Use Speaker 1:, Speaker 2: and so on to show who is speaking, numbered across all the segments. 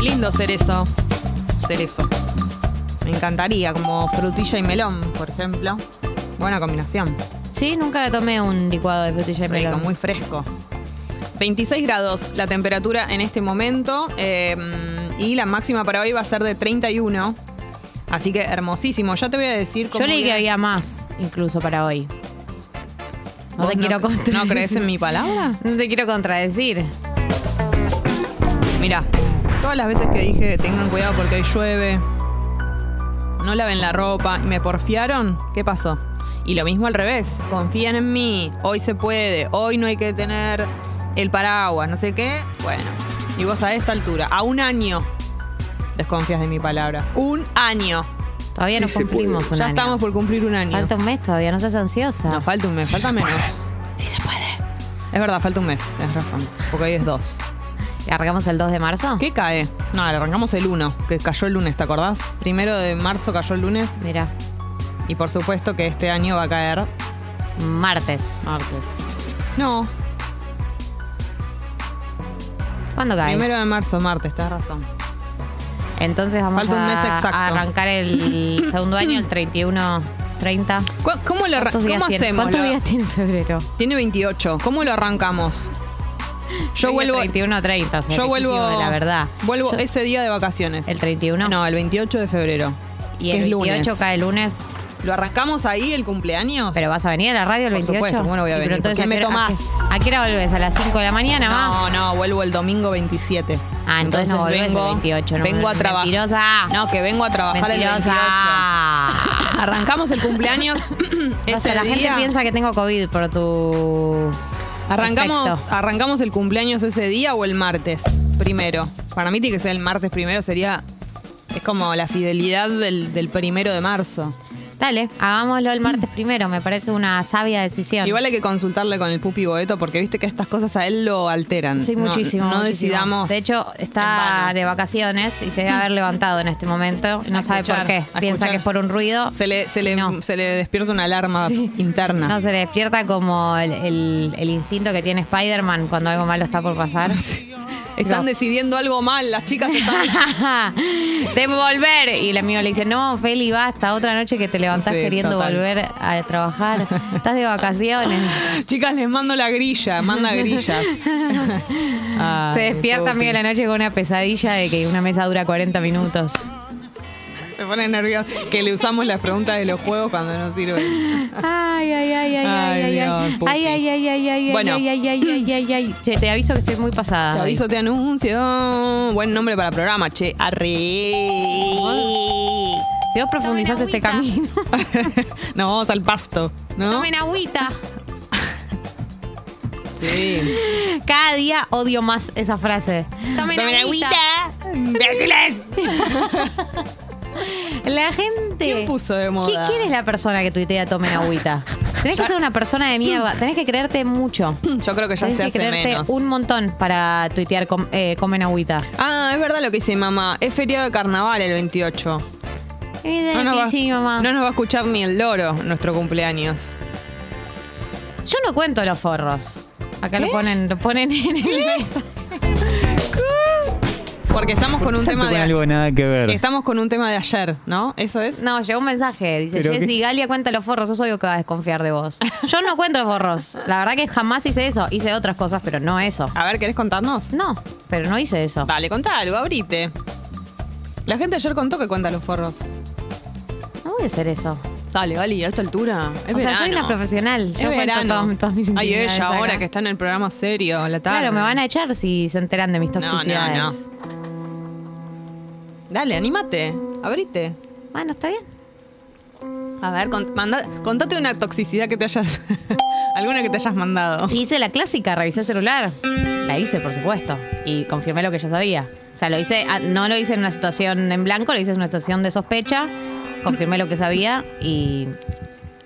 Speaker 1: lindo ser eso. Ser eso. Me encantaría, como frutilla y melón, por ejemplo. Buena combinación.
Speaker 2: Sí, nunca tomé un licuado de frutilla y
Speaker 1: Rico,
Speaker 2: melón.
Speaker 1: muy fresco. 26 grados la temperatura en este momento eh, y la máxima para hoy va a ser de 31. Así que hermosísimo. Ya te voy a decir cómo
Speaker 2: Yo leí que
Speaker 1: viene-
Speaker 2: había más, incluso para hoy. No
Speaker 1: ¿Vos
Speaker 2: te quiero contradecir.
Speaker 1: ¿No crees en mi palabra?
Speaker 2: No te quiero contradecir.
Speaker 1: Mira, todas las veces que dije tengan cuidado porque hoy llueve, no laven la ropa y me porfiaron, ¿qué pasó? Y lo mismo al revés, confían en mí, hoy se puede, hoy no hay que tener el paraguas, no sé qué. Bueno, y vos a esta altura, a un año, desconfías de mi palabra. Un año.
Speaker 2: Todavía
Speaker 3: Sí
Speaker 2: no
Speaker 3: se puede.
Speaker 2: cumplimos un
Speaker 1: ya
Speaker 2: año.
Speaker 1: estamos por cumplir un año.
Speaker 2: Falta un mes todavía, no seas ansiosa.
Speaker 1: No, falta un mes, falta menos. Sí se puede. Es verdad, falta un mes, es razón, porque hoy es dos.
Speaker 2: ¿Largamos el 2 de marzo?
Speaker 1: ¿Qué cae? No, le arrancamos el 1, que cayó el lunes, ¿te acordás? Primero de marzo cayó el lunes
Speaker 2: Mira,
Speaker 1: y por supuesto que este año va a caer
Speaker 2: martes.
Speaker 1: martes. No,
Speaker 2: ¿Cuándo cae?
Speaker 1: primero de marzo, martes, tenés razón.
Speaker 2: Entonces vamos
Speaker 1: Falta un
Speaker 2: a,
Speaker 1: mes exacto.
Speaker 2: a arrancar el segundo año, el 31, 30.
Speaker 1: Cu- ¿Cómo lo arra-
Speaker 2: ¿Cuántos días
Speaker 1: ¿Cómo
Speaker 2: tiene?
Speaker 1: hacemos?
Speaker 2: ¿Cuántos
Speaker 1: La-
Speaker 2: días tiene febrero?
Speaker 1: Tiene 28. ¿Cómo lo arrancamos? Yo
Speaker 2: Creo que
Speaker 1: vuelvo.
Speaker 2: 31 o 30, o sea,
Speaker 1: Yo vuelvo.
Speaker 2: lejísimo de la verdad.
Speaker 1: Vuelvo
Speaker 2: Yo-
Speaker 1: ese día de vacaciones.
Speaker 2: el 31.
Speaker 1: No, el 28 de febrero.
Speaker 2: y
Speaker 1: que
Speaker 2: el
Speaker 1: es
Speaker 2: 28
Speaker 1: lunes.
Speaker 2: cae el lunes.
Speaker 1: ¿Lo arrancamos ahí el cumpleaños?
Speaker 2: Pero vas a venir a la radio el
Speaker 1: Por
Speaker 2: 28.
Speaker 1: supuesto, ¿cómo no voy a
Speaker 2: Y pero
Speaker 1: venir?
Speaker 2: entonces,
Speaker 1: ¿Por qué
Speaker 2: ¿a
Speaker 1: me
Speaker 2: qué hora-
Speaker 1: tomás?
Speaker 2: ¿A qué hora volves? ¿A las 5 de la mañana más?
Speaker 1: No, no, vuelvo el domingo 27.
Speaker 2: Ah, entonces no volvés el 28, no,
Speaker 1: vengo a
Speaker 2: no,
Speaker 1: trabajar.
Speaker 2: mentirosa.
Speaker 1: No, que vengo a trabajar el 28.
Speaker 2: Mentirosa.
Speaker 1: Arrancamos el cumpleaños. ese
Speaker 2: O sea, la gente
Speaker 1: día.
Speaker 2: piensa que tengo COVID por tu.
Speaker 1: Arrancamos,
Speaker 2: efecto.
Speaker 1: arrancamos el cumpleaños ese día o el martes primero. Para mí tiene que ser el martes primero, sería. Es como la fidelidad del, del primero de marzo.
Speaker 2: Dale, hagámoslo el martes primero. Me parece una sabia decisión.
Speaker 1: Igual hay que consultarle con el Pupi Boeto porque viste que estas cosas a él lo alteran.
Speaker 2: Sí,
Speaker 1: No-
Speaker 2: muchísimo.
Speaker 1: No,
Speaker 2: muchísimo.
Speaker 1: decidamos.
Speaker 2: De hecho,
Speaker 1: en
Speaker 2: está
Speaker 1: vano.
Speaker 2: de vacaciones y se debe haber levantado en este momento. y No
Speaker 1: A
Speaker 2: sabe
Speaker 1: escuchar,
Speaker 2: por qué.
Speaker 1: a
Speaker 2: Piensa
Speaker 1: escuchar.
Speaker 2: que es por un ruido.
Speaker 1: se le, se le,
Speaker 2: No.
Speaker 1: se le despierta una alarma
Speaker 2: Sí.
Speaker 1: interna.
Speaker 2: No, se le despierta como el, el- el instinto que tiene Spider-Man cuando algo malo está por pasar.
Speaker 1: Están
Speaker 2: No.
Speaker 1: decidiendo algo mal, las chicas están.
Speaker 2: de volver. Y el amigo le dice, no, Feli, basta, otra noche que te levantás
Speaker 1: Sí,
Speaker 2: queriendo
Speaker 1: total.
Speaker 2: volver a trabajar. Estás de vacaciones.
Speaker 1: chicas, les mando la grilla, manda grillas. Ay,
Speaker 2: se despierta a
Speaker 1: Pupi.
Speaker 2: medio de la noche con una pesadilla de que una mesa dura 40 minutos.
Speaker 1: Se pone nervioso. Que le usamos las preguntas de los juegos cuando no sirven.
Speaker 2: Ay, ay, ay, ay,
Speaker 1: Ay,
Speaker 2: ay, ay,
Speaker 1: Dios, Pupi.
Speaker 2: ay, ay, ay, ay, ay,
Speaker 1: Bueno.
Speaker 2: ay, ay, ay, ay, ay, ay. Che, te aviso que estoy muy pasada.
Speaker 1: Te
Speaker 2: hoy.
Speaker 1: aviso, te anuncio. Buen nombre para el programa, che. Arre.
Speaker 2: Si vos profundizás
Speaker 4: Tomen
Speaker 2: este camino,
Speaker 4: agüita.
Speaker 1: Nos vamos al pasto, ¿no?
Speaker 4: Tomen agüita.
Speaker 1: Sí.
Speaker 2: cada día odio más esa frase.
Speaker 4: Tomen,
Speaker 1: Tomen
Speaker 4: agüita.
Speaker 1: agüita. ¡Imbéciles!
Speaker 2: La gente.
Speaker 1: ¿Quién puso de
Speaker 2: ¿Qui-
Speaker 1: moda?
Speaker 2: ¿Quién es la persona que tuitea tomen agüita? Tenés que ser una persona de mierda. Tenés que creerte mucho.
Speaker 1: Yo creo que ya se
Speaker 2: Tenés que
Speaker 1: hace
Speaker 2: creerte
Speaker 1: menos.
Speaker 2: un montón para tuitear com- eh, comen agüita.
Speaker 1: Ah, es verdad lo que dice mamá. Es feriado de carnaval el 28.
Speaker 2: Eh,
Speaker 1: nos va,
Speaker 2: sí, mamá.
Speaker 1: no nos va a escuchar ni el loro nuestro cumpleaños.
Speaker 2: Yo no cuento los forros. Acá lo
Speaker 1: ¿Qué?
Speaker 2: ponen, lo ponen en el beso.
Speaker 1: Porque estamos con un
Speaker 5: Exacto,
Speaker 1: tema
Speaker 5: con
Speaker 1: de
Speaker 5: algo de nada que ver.
Speaker 1: estamos con un tema de ayer, ¿no? Eso es.
Speaker 2: No, llegó un mensaje. Dice,
Speaker 5: Pero
Speaker 2: Jessy,
Speaker 5: qué-
Speaker 2: Galia cuenta los forros. Eso obvio que va a desconfiar de vos. Yo no cuento los forros. La verdad que jamás hice eso. Hice otras cosas, pero no eso.
Speaker 1: A ver, ¿querés contarnos?
Speaker 2: No, pero no hice eso.
Speaker 1: Vale, contá algo, abrite. La gente ayer contó que cuenta los forros.
Speaker 2: No voy a hacer eso.
Speaker 1: Dale, Gali, a esta altura. Es
Speaker 2: o sea, soy una profesional. Yo cuento todas, todas mis
Speaker 1: Ay,
Speaker 2: intimidades
Speaker 1: ella,
Speaker 2: acá.
Speaker 1: ahora que está en el programa serio, a la tarde.
Speaker 2: Claro, me van a echar si se enteran de mis
Speaker 1: No, no,
Speaker 2: toxicidades.
Speaker 1: no. Dale, anímate, abrite.
Speaker 2: Bueno, está bien.
Speaker 1: A ver, con- manda- contate una toxicidad que te hayas. alguna que te hayas mandado.
Speaker 2: Y hice la clásica, revisé el celular. La hice, por supuesto. Y confirmé lo que yo sabía. O sea, lo hice, ah, no lo hice en una situación en blanco, lo hice en una situación de sospecha. Confirmé lo que sabía y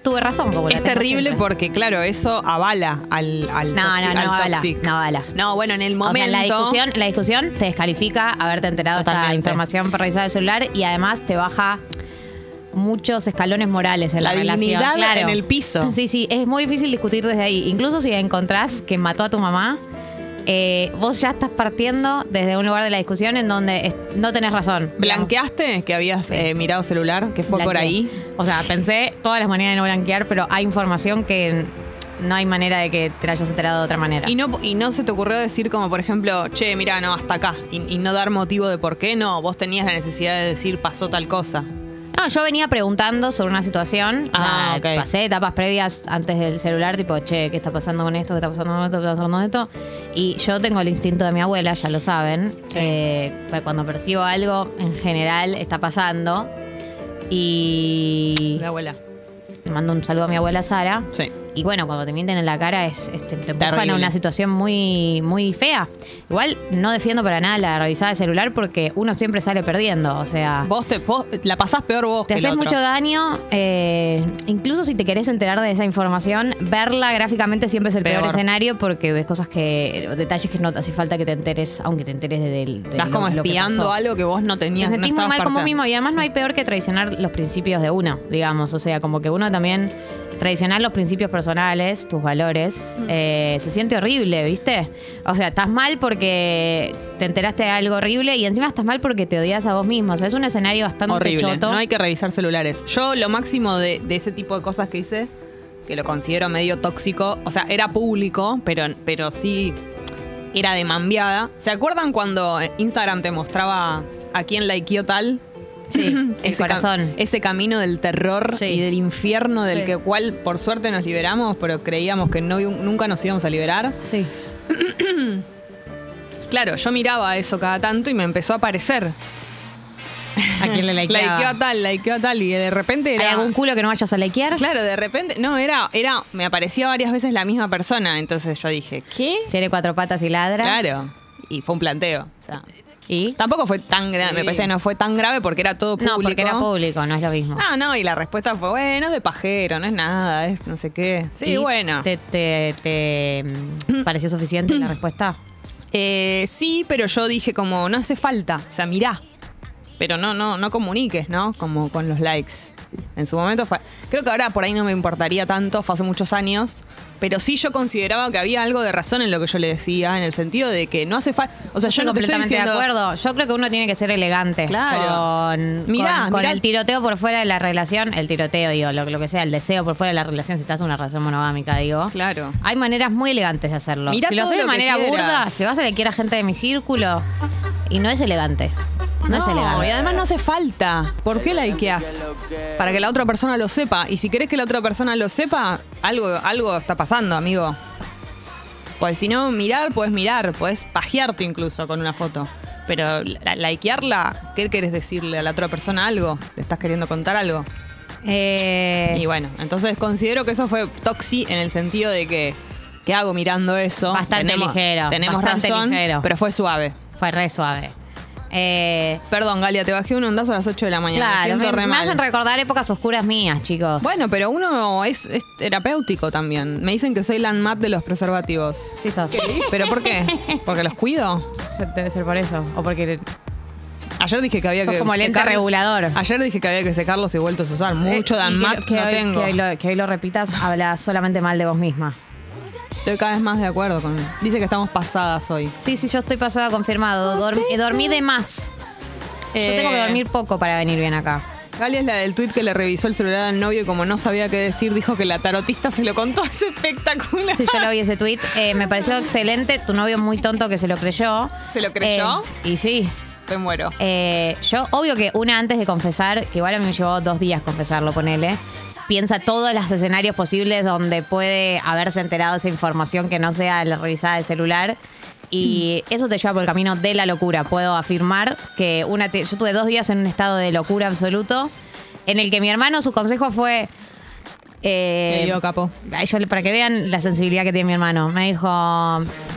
Speaker 2: tuve razón. Como la
Speaker 1: Es
Speaker 2: tengo
Speaker 1: terrible
Speaker 2: siempre.
Speaker 1: porque, claro, eso avala al, al,
Speaker 2: No,
Speaker 1: toxi-
Speaker 2: no, no
Speaker 1: al
Speaker 2: avala,
Speaker 1: toxic.
Speaker 2: no avala.
Speaker 1: No, bueno, en el
Speaker 2: O
Speaker 1: momento.
Speaker 2: sea, la discusión, la discusión te descalifica haberte enterado de
Speaker 1: Totalmente.
Speaker 2: esta información por revisar el celular y además te baja muchos escalones morales en la,
Speaker 1: La
Speaker 2: relación.
Speaker 1: dignidad
Speaker 2: Claro.
Speaker 1: en el piso.
Speaker 2: Sí, sí, es muy difícil discutir desde ahí. Incluso si encontrás que mató a tu mamá, eh, vos ya estás partiendo desde un lugar de la discusión en donde es- no tenés razón. digamos.
Speaker 1: ¿Blanqueaste que habías eh, mirado celular? Que fue por
Speaker 2: Blanqueé.
Speaker 1: ahí.
Speaker 2: O sea, pensé todas las maneras de no blanquear, pero hay información que no hay manera de que te la hayas enterado de otra manera.
Speaker 1: Y no, y no se te ocurrió decir como, por ejemplo, che, mira, no, hasta acá. Y, y no dar motivo de por qué no. Vos tenías la necesidad de decir, pasó tal cosa.
Speaker 2: No, yo venía preguntando sobre una situación. O sea,
Speaker 1: Ah, ok.
Speaker 2: Pasé etapas previas antes del celular, tipo, che, ¿qué está pasando con esto? ¿Qué está pasando con esto? ¿Qué está pasando con esto? Y yo tengo el instinto de mi abuela, ya lo saben. eh, pero cuando percibo algo, en general, está pasando. Y
Speaker 1: La abuela.
Speaker 2: le mando un saludo a mi abuela Sara.
Speaker 1: Sí.
Speaker 2: Y bueno, cuando te mienten en la cara es, es- te empujan
Speaker 1: Terrible.
Speaker 2: a una situación muy, muy fea. Igual no defiendo para nada la revisada de celular porque uno siempre sale perdiendo. O sea,
Speaker 1: Vos, te, vos- la pasás peor vos
Speaker 2: Ah. te
Speaker 1: que el
Speaker 2: haces
Speaker 1: otro.
Speaker 2: mucho daño. eh, incluso si te querés enterar de esa información, verla gráficamente siempre es el peor,
Speaker 1: Peor.
Speaker 2: escenario porque ves cosas que. detalles que no te hace falta que te enteres, aunque te enteres de, del- de
Speaker 1: Estás
Speaker 2: lo-
Speaker 1: como
Speaker 2: lo que
Speaker 1: espiando
Speaker 2: pasó.
Speaker 1: algo que vos no
Speaker 2: Te
Speaker 1: tenías. no
Speaker 2: sentís muy
Speaker 1: estabas
Speaker 2: mal como
Speaker 1: parte-
Speaker 2: mismo y además no hay peor que traicionar los principios de uno, digamos. O sea, como que uno también traicionar los principios personales, tus valores, eh, se siente horrible, ¿viste? O sea, estás mal porque te enteraste de algo horrible y encima estás mal porque te odias a vos mismo. O sea, es un escenario bastante
Speaker 1: Horrible.
Speaker 2: choto.
Speaker 1: No hay que revisar celulares. Yo lo máximo de, de ese tipo de cosas que hice, que lo considero medio tóxico, o sea, era público, pero, pero sí era de mambiada. ¿Se acuerdan cuando Instagram te mostraba a quién likeó tal?
Speaker 2: Sí, el
Speaker 1: cam-
Speaker 2: corazón.
Speaker 1: ese camino del terror
Speaker 2: Sí.
Speaker 1: y del infierno del
Speaker 2: Sí.
Speaker 1: que cual por suerte nos liberamos, pero creíamos que no, nunca nos íbamos a liberar.
Speaker 2: Sí.
Speaker 1: Claro, yo miraba eso cada tanto y me empezó a aparecer.
Speaker 2: ¿A quién le likeaba?
Speaker 1: Likeó a tal, likeó a tal y de repente
Speaker 2: ¿Hay
Speaker 1: era
Speaker 2: algún culo que no vayas a likear?
Speaker 1: Claro, de repente, no, era, era, me aparecía varias veces la misma persona, entonces yo dije, ¿qué?
Speaker 2: Tiene cuatro patas y ladra.
Speaker 1: Claro. Y fue un planteo. o sea,
Speaker 2: Y...
Speaker 1: tampoco fue tan grave, me parece que no fue tan grave porque era todo público.
Speaker 2: No, porque era público, no es lo mismo.
Speaker 1: Ah, no, y la respuesta fue, bueno, es de pajero, no es nada, es no sé qué. Sí,
Speaker 2: ¿Y
Speaker 1: bueno.
Speaker 2: ¿Te, te- te, mm, pareció suficiente la respuesta?
Speaker 1: Eh, sí, pero yo dije como, no hace falta, o sea, mirá. Pero no, no, no comuniques, ¿no? Como con los likes. En su momento fue. Creo que ahora por ahí no me importaría tanto, fue hace muchos años. Pero sí yo consideraba que había algo de razón en lo que yo le decía, en el sentido de que no hace falta. O sea, yo,
Speaker 2: Estoy
Speaker 1: no te estoy
Speaker 2: completamente
Speaker 1: diciendo.
Speaker 2: de acuerdo. Yo creo que uno tiene que ser elegante.
Speaker 1: Claro.
Speaker 2: Con,
Speaker 1: Mirá,
Speaker 2: con- con
Speaker 1: mirá.
Speaker 2: el tiroteo por fuera de la relación, el tiroteo, digo, lo, lo que sea, el deseo por fuera de la relación, si estás en una relación monogámica, digo.
Speaker 1: Claro.
Speaker 2: Hay maneras muy elegantes de hacerlo.
Speaker 1: Mirá
Speaker 2: si lo
Speaker 1: todo
Speaker 2: haces de
Speaker 1: lo que
Speaker 2: manera
Speaker 1: quieras.
Speaker 2: burda, se vas a le quiera gente de mi círculo y no es elegante. No, es
Speaker 1: y
Speaker 2: elegante.
Speaker 1: además no hace falta. ¿Por qué likeás? Para que la otra persona lo sepa. Y si querés que la otra persona lo sepa, algo, algo está pasando, amigo. Pues si no, mirar, puedes mirar, puedes pajearte incluso con una foto. Pero la- likearla, ¿qué querés decirle a la otra persona algo? ¿Le estás queriendo contar algo?
Speaker 2: Eh,
Speaker 1: Y bueno, entonces considero que eso fue toxi en el sentido de que, ¿qué hago mirando eso?
Speaker 2: Bastante ligero,
Speaker 1: Tenemos
Speaker 2: bastante
Speaker 1: razón,
Speaker 2: ligero.
Speaker 1: pero fue suave.
Speaker 2: fue re suave. Eh,
Speaker 1: Perdón, Galia, te bajé un ondazo a las 8 de la mañana. me
Speaker 2: claro,
Speaker 1: siento
Speaker 2: me,
Speaker 1: re
Speaker 2: me
Speaker 1: mal.
Speaker 2: hacen recordar épocas oscuras mías, chicos.
Speaker 1: Bueno, pero uno es, es terapéutico también. Me dicen que soy la ANMAT de los preservativos.
Speaker 2: sí sos.
Speaker 1: ¿Pero por qué? ¿Porque los cuido?
Speaker 2: Debe ser por eso. O porque
Speaker 1: Ayer dije que había
Speaker 2: Sos
Speaker 1: que
Speaker 2: como el ente
Speaker 1: secar-
Speaker 2: regulador.
Speaker 1: Ayer dije que había que secarlos y vueltos a usar. Mucho
Speaker 2: Eh,
Speaker 1: de
Speaker 2: y
Speaker 1: ANMAT
Speaker 2: que
Speaker 1: no
Speaker 2: hoy-
Speaker 1: tengo.
Speaker 2: Que hoy, lo, que hoy lo repitas, habla solamente mal de vos misma.
Speaker 1: Estoy cada vez más de acuerdo con... Dice que estamos pasadas hoy.
Speaker 2: Sí, sí, yo estoy pasada confirmado. Dorm- eh, dormí de más. Eh, Yo tengo que dormir poco para venir bien acá.
Speaker 1: Eh, Galia es la del tuit que le revisó el celular al novio y como no sabía qué decir, dijo que la tarotista se lo contó. Es espectacular.
Speaker 2: Sí, yo lo vi ese tweet. Eh, me pareció excelente. Tu novio muy tonto que se lo creyó.
Speaker 1: ¿Se lo creyó?
Speaker 2: Eh, y sí.
Speaker 1: Te muero.
Speaker 2: Eh, yo, obvio que una antes de confesar, que igual a mí me llevó dos días confesarlo, ponele, piensa todos los escenarios posibles donde puede haberse enterado esa información que no sea la revisada del celular. Y eso te lleva por el camino de la locura. Puedo afirmar que una te- yo tuve dos días en un estado de locura absoluto, en el que mi hermano, su consejo fue... eh,
Speaker 1: Medio capo.
Speaker 2: Ay, yo- para que vean la sensibilidad que tiene mi hermano. Me dijo,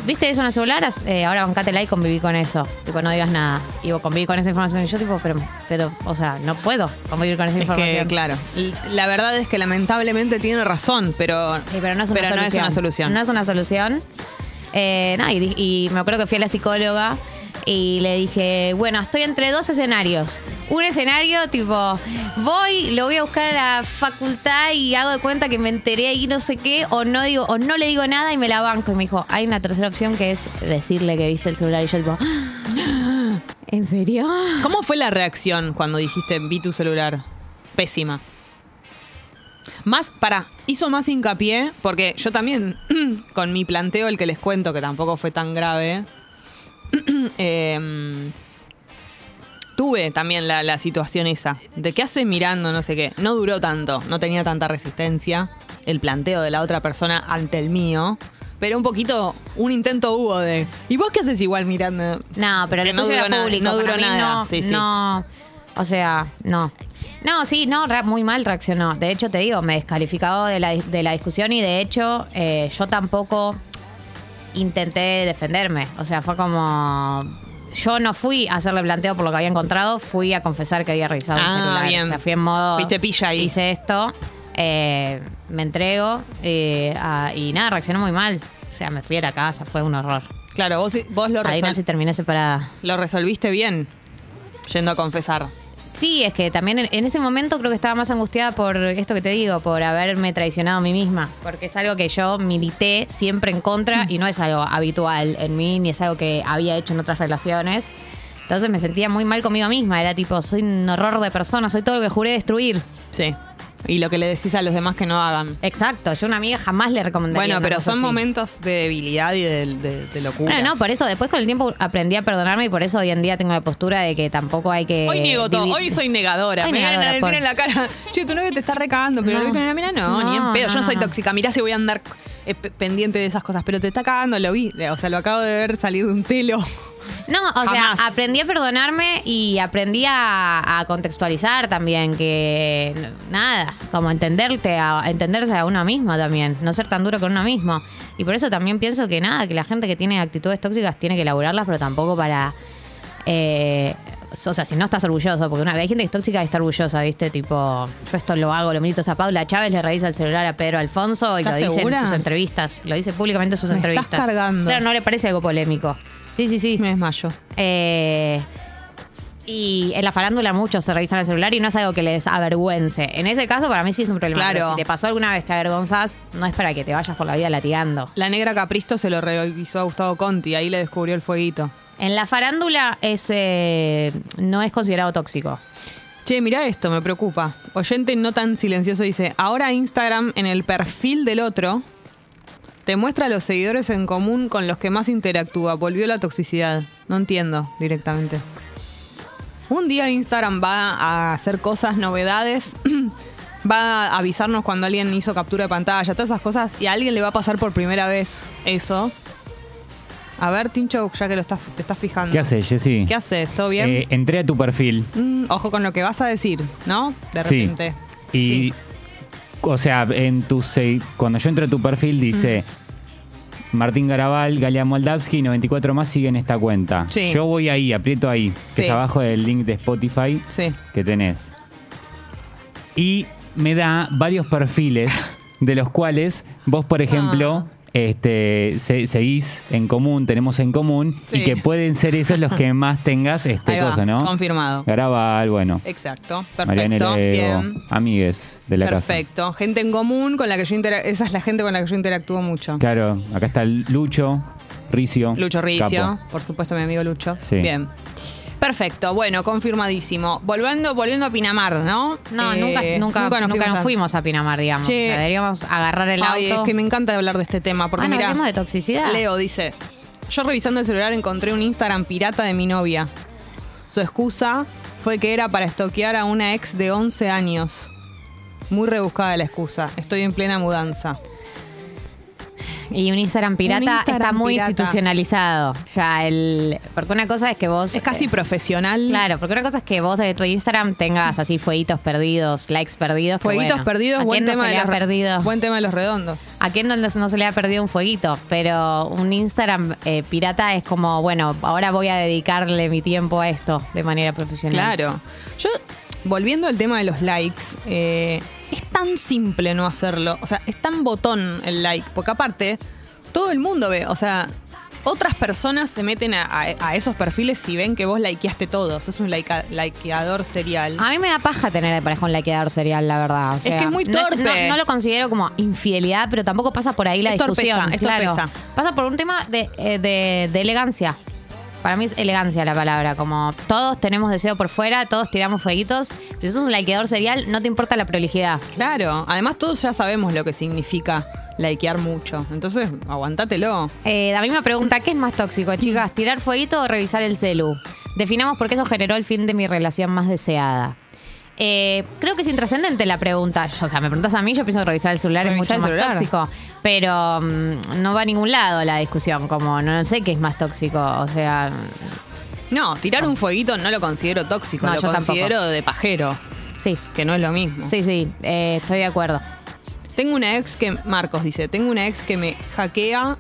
Speaker 2: ¿viste eso en el celular? As- eh, ahora bancátela y conviví con eso. Tipo, no digas nada. Y vos conviví con esa información. Y yo tipo, pero, pero, o sea, no puedo convivir con esa
Speaker 1: Es
Speaker 2: información.
Speaker 1: que, claro, l- la verdad es que lamentablemente tiene razón, pero,
Speaker 2: Sí, pero no es una solución.
Speaker 1: No es una solución.
Speaker 2: No es una solución. Eh, no, y, di- y me acuerdo que fui a la psicóloga Y le dije, bueno, estoy entre dos escenarios. Un escenario tipo, voy, lo voy a buscar a la facultad y hago de cuenta que me enteré y no sé qué, o no digo, o no le digo nada y me la banco. Y me dijo, hay una tercera opción que es decirle que viste el celular. Y yo tipo, "Ah, ¿en serio?
Speaker 1: ¿Cómo fue la reacción cuando dijiste vi tu celular? Pésima. Más, para, hizo más hincapié, porque yo también, con mi planteo, el que les cuento, que tampoco fue tan grave, eh, tuve también la, la situación esa, de qué haces mirando, no sé qué. No duró tanto, no tenía tanta resistencia el planteo de la otra persona ante el mío, pero un poquito, un intento hubo de, ¿y vos qué haces igual mirando?
Speaker 2: No, pero
Speaker 1: Que
Speaker 2: lo
Speaker 1: no
Speaker 2: tuyo era
Speaker 1: duró nada,
Speaker 2: público.
Speaker 1: no
Speaker 2: para
Speaker 1: duró
Speaker 2: mí
Speaker 1: nada,
Speaker 2: No,
Speaker 1: sí, sí.
Speaker 2: no. O sea, no. No, sí, no, re- muy mal reaccionó. De hecho, te digo, me descalificó de la, de la discusión y de hecho, eh, yo tampoco intenté defenderme. O sea, fue como. Yo no fui a hacerle planteo por lo que había encontrado, fui a confesar que había revisado el
Speaker 1: Ah,
Speaker 2: celular.
Speaker 1: bien.
Speaker 2: O sea, fui en modo.
Speaker 1: Fuiste pilla ahí.
Speaker 2: Hice esto, eh, me entrego eh, a- y nada, reaccionó muy mal. O sea, me fui a la casa, fue un horror.
Speaker 1: Claro, vos, vos lo,
Speaker 2: Ahí
Speaker 1: resol-
Speaker 2: casi terminé separada.
Speaker 1: lo resolviste bien, yendo a confesar.
Speaker 2: Sí, es que también en, en ese momento creo que estaba más angustiada por esto que te digo, por haberme traicionado a mí misma. Porque es algo que yo milité siempre en contra y no es algo habitual en mí, ni es algo que había hecho en otras relaciones. Entonces me sentía muy mal conmigo misma. Era tipo, soy un horror de persona, soy todo lo que juré destruir.
Speaker 1: Sí. Y lo que le decís a los demás que no hagan.
Speaker 2: Exacto, yo a una amiga jamás le recomendaría.
Speaker 1: Bueno,
Speaker 2: una
Speaker 1: pero
Speaker 2: cosa
Speaker 1: son
Speaker 2: así.
Speaker 1: momentos de debilidad y de, de- de locura.
Speaker 2: Bueno, no, por eso después con el tiempo aprendí a perdonarme y por eso hoy en día tengo la postura de que tampoco hay que.
Speaker 1: Hoy niego todo,
Speaker 2: divi-
Speaker 1: Eh, hoy soy negadora.
Speaker 2: Hoy
Speaker 1: me vienen a
Speaker 2: negadora,
Speaker 1: decir
Speaker 2: por-
Speaker 1: en la cara, che, tu novio te está recagando, pero
Speaker 2: No.
Speaker 1: lo vi con la mira, no, ni en
Speaker 2: No,
Speaker 1: pedo, yo
Speaker 2: no,
Speaker 1: no soy
Speaker 2: no.
Speaker 1: tóxica. Mirá si voy a andar eh, pe- pendiente de esas cosas, pero te está cagando, lo vi, o sea, lo acabo de ver salir de un telo.
Speaker 2: No, o
Speaker 1: Jamás.
Speaker 2: sea, aprendí a perdonarme y aprendí a, a contextualizar también, que n- nada, como entenderte, a, a entenderse a uno mismo también, no ser tan duro con uno mismo. Y por eso también pienso que nada, que la gente que tiene actitudes tóxicas tiene que elaborarlas, pero tampoco para... eh, o sea, si no estás orgulloso, porque una, hay gente que es tóxica y está orgullosa, ¿viste? Tipo, yo esto lo hago, lo milito a Paula Chávez, le revisa el celular a Pedro Alfonso y lo
Speaker 1: ¿Estás
Speaker 2: dice
Speaker 1: segura?
Speaker 2: en sus entrevistas, lo dice públicamente en sus
Speaker 1: Me estás
Speaker 2: entrevistas.
Speaker 1: cargando.
Speaker 2: Claro, no le parece algo polémico. Sí, sí, sí.
Speaker 1: Me desmayo.
Speaker 2: Eh, y en la farándula muchos se revisan el celular y no es algo que les avergüence. En ese caso, para mí sí es un problema.
Speaker 1: Claro.
Speaker 2: Pero Si te pasó alguna vez, te avergonzas, no es para que te vayas por la vida latigando.
Speaker 1: La negra Capristo se lo revisó a Gustavo Conti, ahí le descubrió el fueguito.
Speaker 2: En la farándula es, eh, no es considerado tóxico.
Speaker 1: Che, mirá esto, me preocupa. Oyente no tan silencioso dice, ahora Instagram en el perfil del otro te muestra los seguidores en común con los que más interactúa. Volvió la toxicidad. No entiendo directamente. Un día Instagram va a hacer cosas, novedades. va a avisarnos cuando alguien hizo captura de pantalla, todas esas cosas. Y a alguien le va a pasar por primera vez eso. A ver, Tincho, ya que lo estás, te estás fijando.
Speaker 3: ¿Qué haces, Jessy?
Speaker 1: ¿Qué haces? ¿Todo bien?
Speaker 3: Eh, entré a tu perfil.
Speaker 1: Mm, ojo con lo que vas a decir, ¿no? De
Speaker 3: Sí.
Speaker 1: repente.
Speaker 3: Y,
Speaker 1: Sí.
Speaker 3: o sea, en tu, se- cuando yo entro a tu perfil dice
Speaker 1: Mm.
Speaker 3: Martín Garabal, Galia Moldavsky, 94 más siguen esta cuenta.
Speaker 1: Sí.
Speaker 3: Yo voy ahí, aprieto ahí,
Speaker 1: Sí.
Speaker 3: que es abajo del link de Spotify
Speaker 1: Sí.
Speaker 3: que tenés. Y me da varios perfiles, de los cuales vos, por ejemplo,
Speaker 1: Ah.
Speaker 3: este, se- seguís en común, tenemos en común,
Speaker 1: Sí.
Speaker 3: y que pueden ser esos los que más tengas este
Speaker 1: Ahí va,
Speaker 3: cosa, ¿no?
Speaker 1: confirmado.
Speaker 3: Garabal, bueno.
Speaker 1: Exacto.
Speaker 3: Marianela
Speaker 1: Perfecto. Bien.
Speaker 3: amigues de la casa.
Speaker 1: Perfecto. Gente en común con la que yo intera- Esa es la gente con la que yo interactúo mucho.
Speaker 3: Claro, acá está Lucho, Ricio.
Speaker 1: Lucho Ricio,
Speaker 3: capo.
Speaker 1: por supuesto, mi amigo Lucho.
Speaker 3: Sí.
Speaker 1: Bien. Perfecto, bueno, confirmadísimo. Volviendo, volviendo a Pinamar, ¿no?
Speaker 2: No,
Speaker 1: Eh,
Speaker 2: nunca, nunca, nunca nos fuimos,
Speaker 1: a-
Speaker 2: a... Pinamar, digamos.
Speaker 1: Che.
Speaker 2: O sea, deberíamos agarrar el
Speaker 1: Ay,
Speaker 2: auto.
Speaker 1: es que me encanta hablar de este tema. Porque
Speaker 2: Ah, no,
Speaker 1: mira,
Speaker 2: hablemos de toxicidad.
Speaker 1: Leo dice: Yo revisando el celular encontré un Instagram pirata de mi novia. Su excusa fue que era para estoquear a una ex de 11 años. Muy rebuscada la excusa. Estoy en plena mudanza.
Speaker 2: Y un Instagram pirata está
Speaker 1: Instagram
Speaker 2: muy
Speaker 1: pirata.
Speaker 2: institucionalizado. Ya el, porque una cosa es que vos
Speaker 1: Es casi
Speaker 2: eh,
Speaker 1: profesional.
Speaker 2: Claro, porque una cosa es que vos de tu Instagram tengas así fueguitos perdidos, likes perdidos. que
Speaker 1: Fueguitos
Speaker 2: bueno,
Speaker 1: perdidos,
Speaker 2: ¿a
Speaker 1: buen
Speaker 2: quién no
Speaker 1: tema,
Speaker 2: se
Speaker 1: de
Speaker 2: le ha
Speaker 1: los,
Speaker 2: perdido?
Speaker 1: buen tema de los redondos.
Speaker 2: ¿A quién no, no se le ha perdido un fueguito? Pero un Instagram eh, pirata es como, bueno, ahora voy a dedicarle mi tiempo a esto de manera profesional.
Speaker 1: Claro. Yo, volviendo al tema de los likes, eh, es tan simple no hacerlo. O sea, es tan botón el like. Porque aparte, todo el mundo ve. O sea, otras personas se meten a, a- a esos perfiles y ven que vos likeaste todos. Es un laika- likeador serial.
Speaker 2: A mí me da paja tener de pareja un laqueador serial, la verdad. O sea,
Speaker 1: que es muy
Speaker 2: no
Speaker 1: torpe.
Speaker 2: No, no lo considero como infidelidad, pero tampoco pasa por ahí la
Speaker 1: Es torpeza,
Speaker 2: discusión.
Speaker 1: es
Speaker 2: claro.
Speaker 1: torpeza.
Speaker 2: Pasa por un tema de, eh, de- de elegancia. Para mí es elegancia la palabra. Como todos tenemos deseo por fuera, todos tiramos fueguitos. Pero si sos un laqueador serial, no te importa la prolijidad.
Speaker 1: Claro. Además, todos ya sabemos lo que significa likear mucho. Entonces, aguantátelo.
Speaker 2: Eh, David me pregunta, ¿qué es más tóxico, chicas? ¿Tirar fueguito o revisar el celu? Definamos por qué eso generó el fin de mi relación más deseada. Eh, creo que es intrascendente la pregunta. Yo, O sea, me preguntas a mí, yo pienso que revisar el celular
Speaker 1: Revisar
Speaker 2: es mucho
Speaker 1: el
Speaker 2: más
Speaker 1: celular.
Speaker 2: tóxico. Pero mm, no va a ningún lado la discusión, como no, sé qué es más tóxico. O sea,
Speaker 1: No, tirar un fueguito no lo considero tóxico,
Speaker 2: No,
Speaker 1: lo
Speaker 2: yo
Speaker 1: considero de pajero,
Speaker 2: sí,
Speaker 1: que no es lo mismo.
Speaker 2: sí, sí, eh, estoy de acuerdo.
Speaker 1: Tengo una ex que, Marcos dice, tengo una ex que me hackea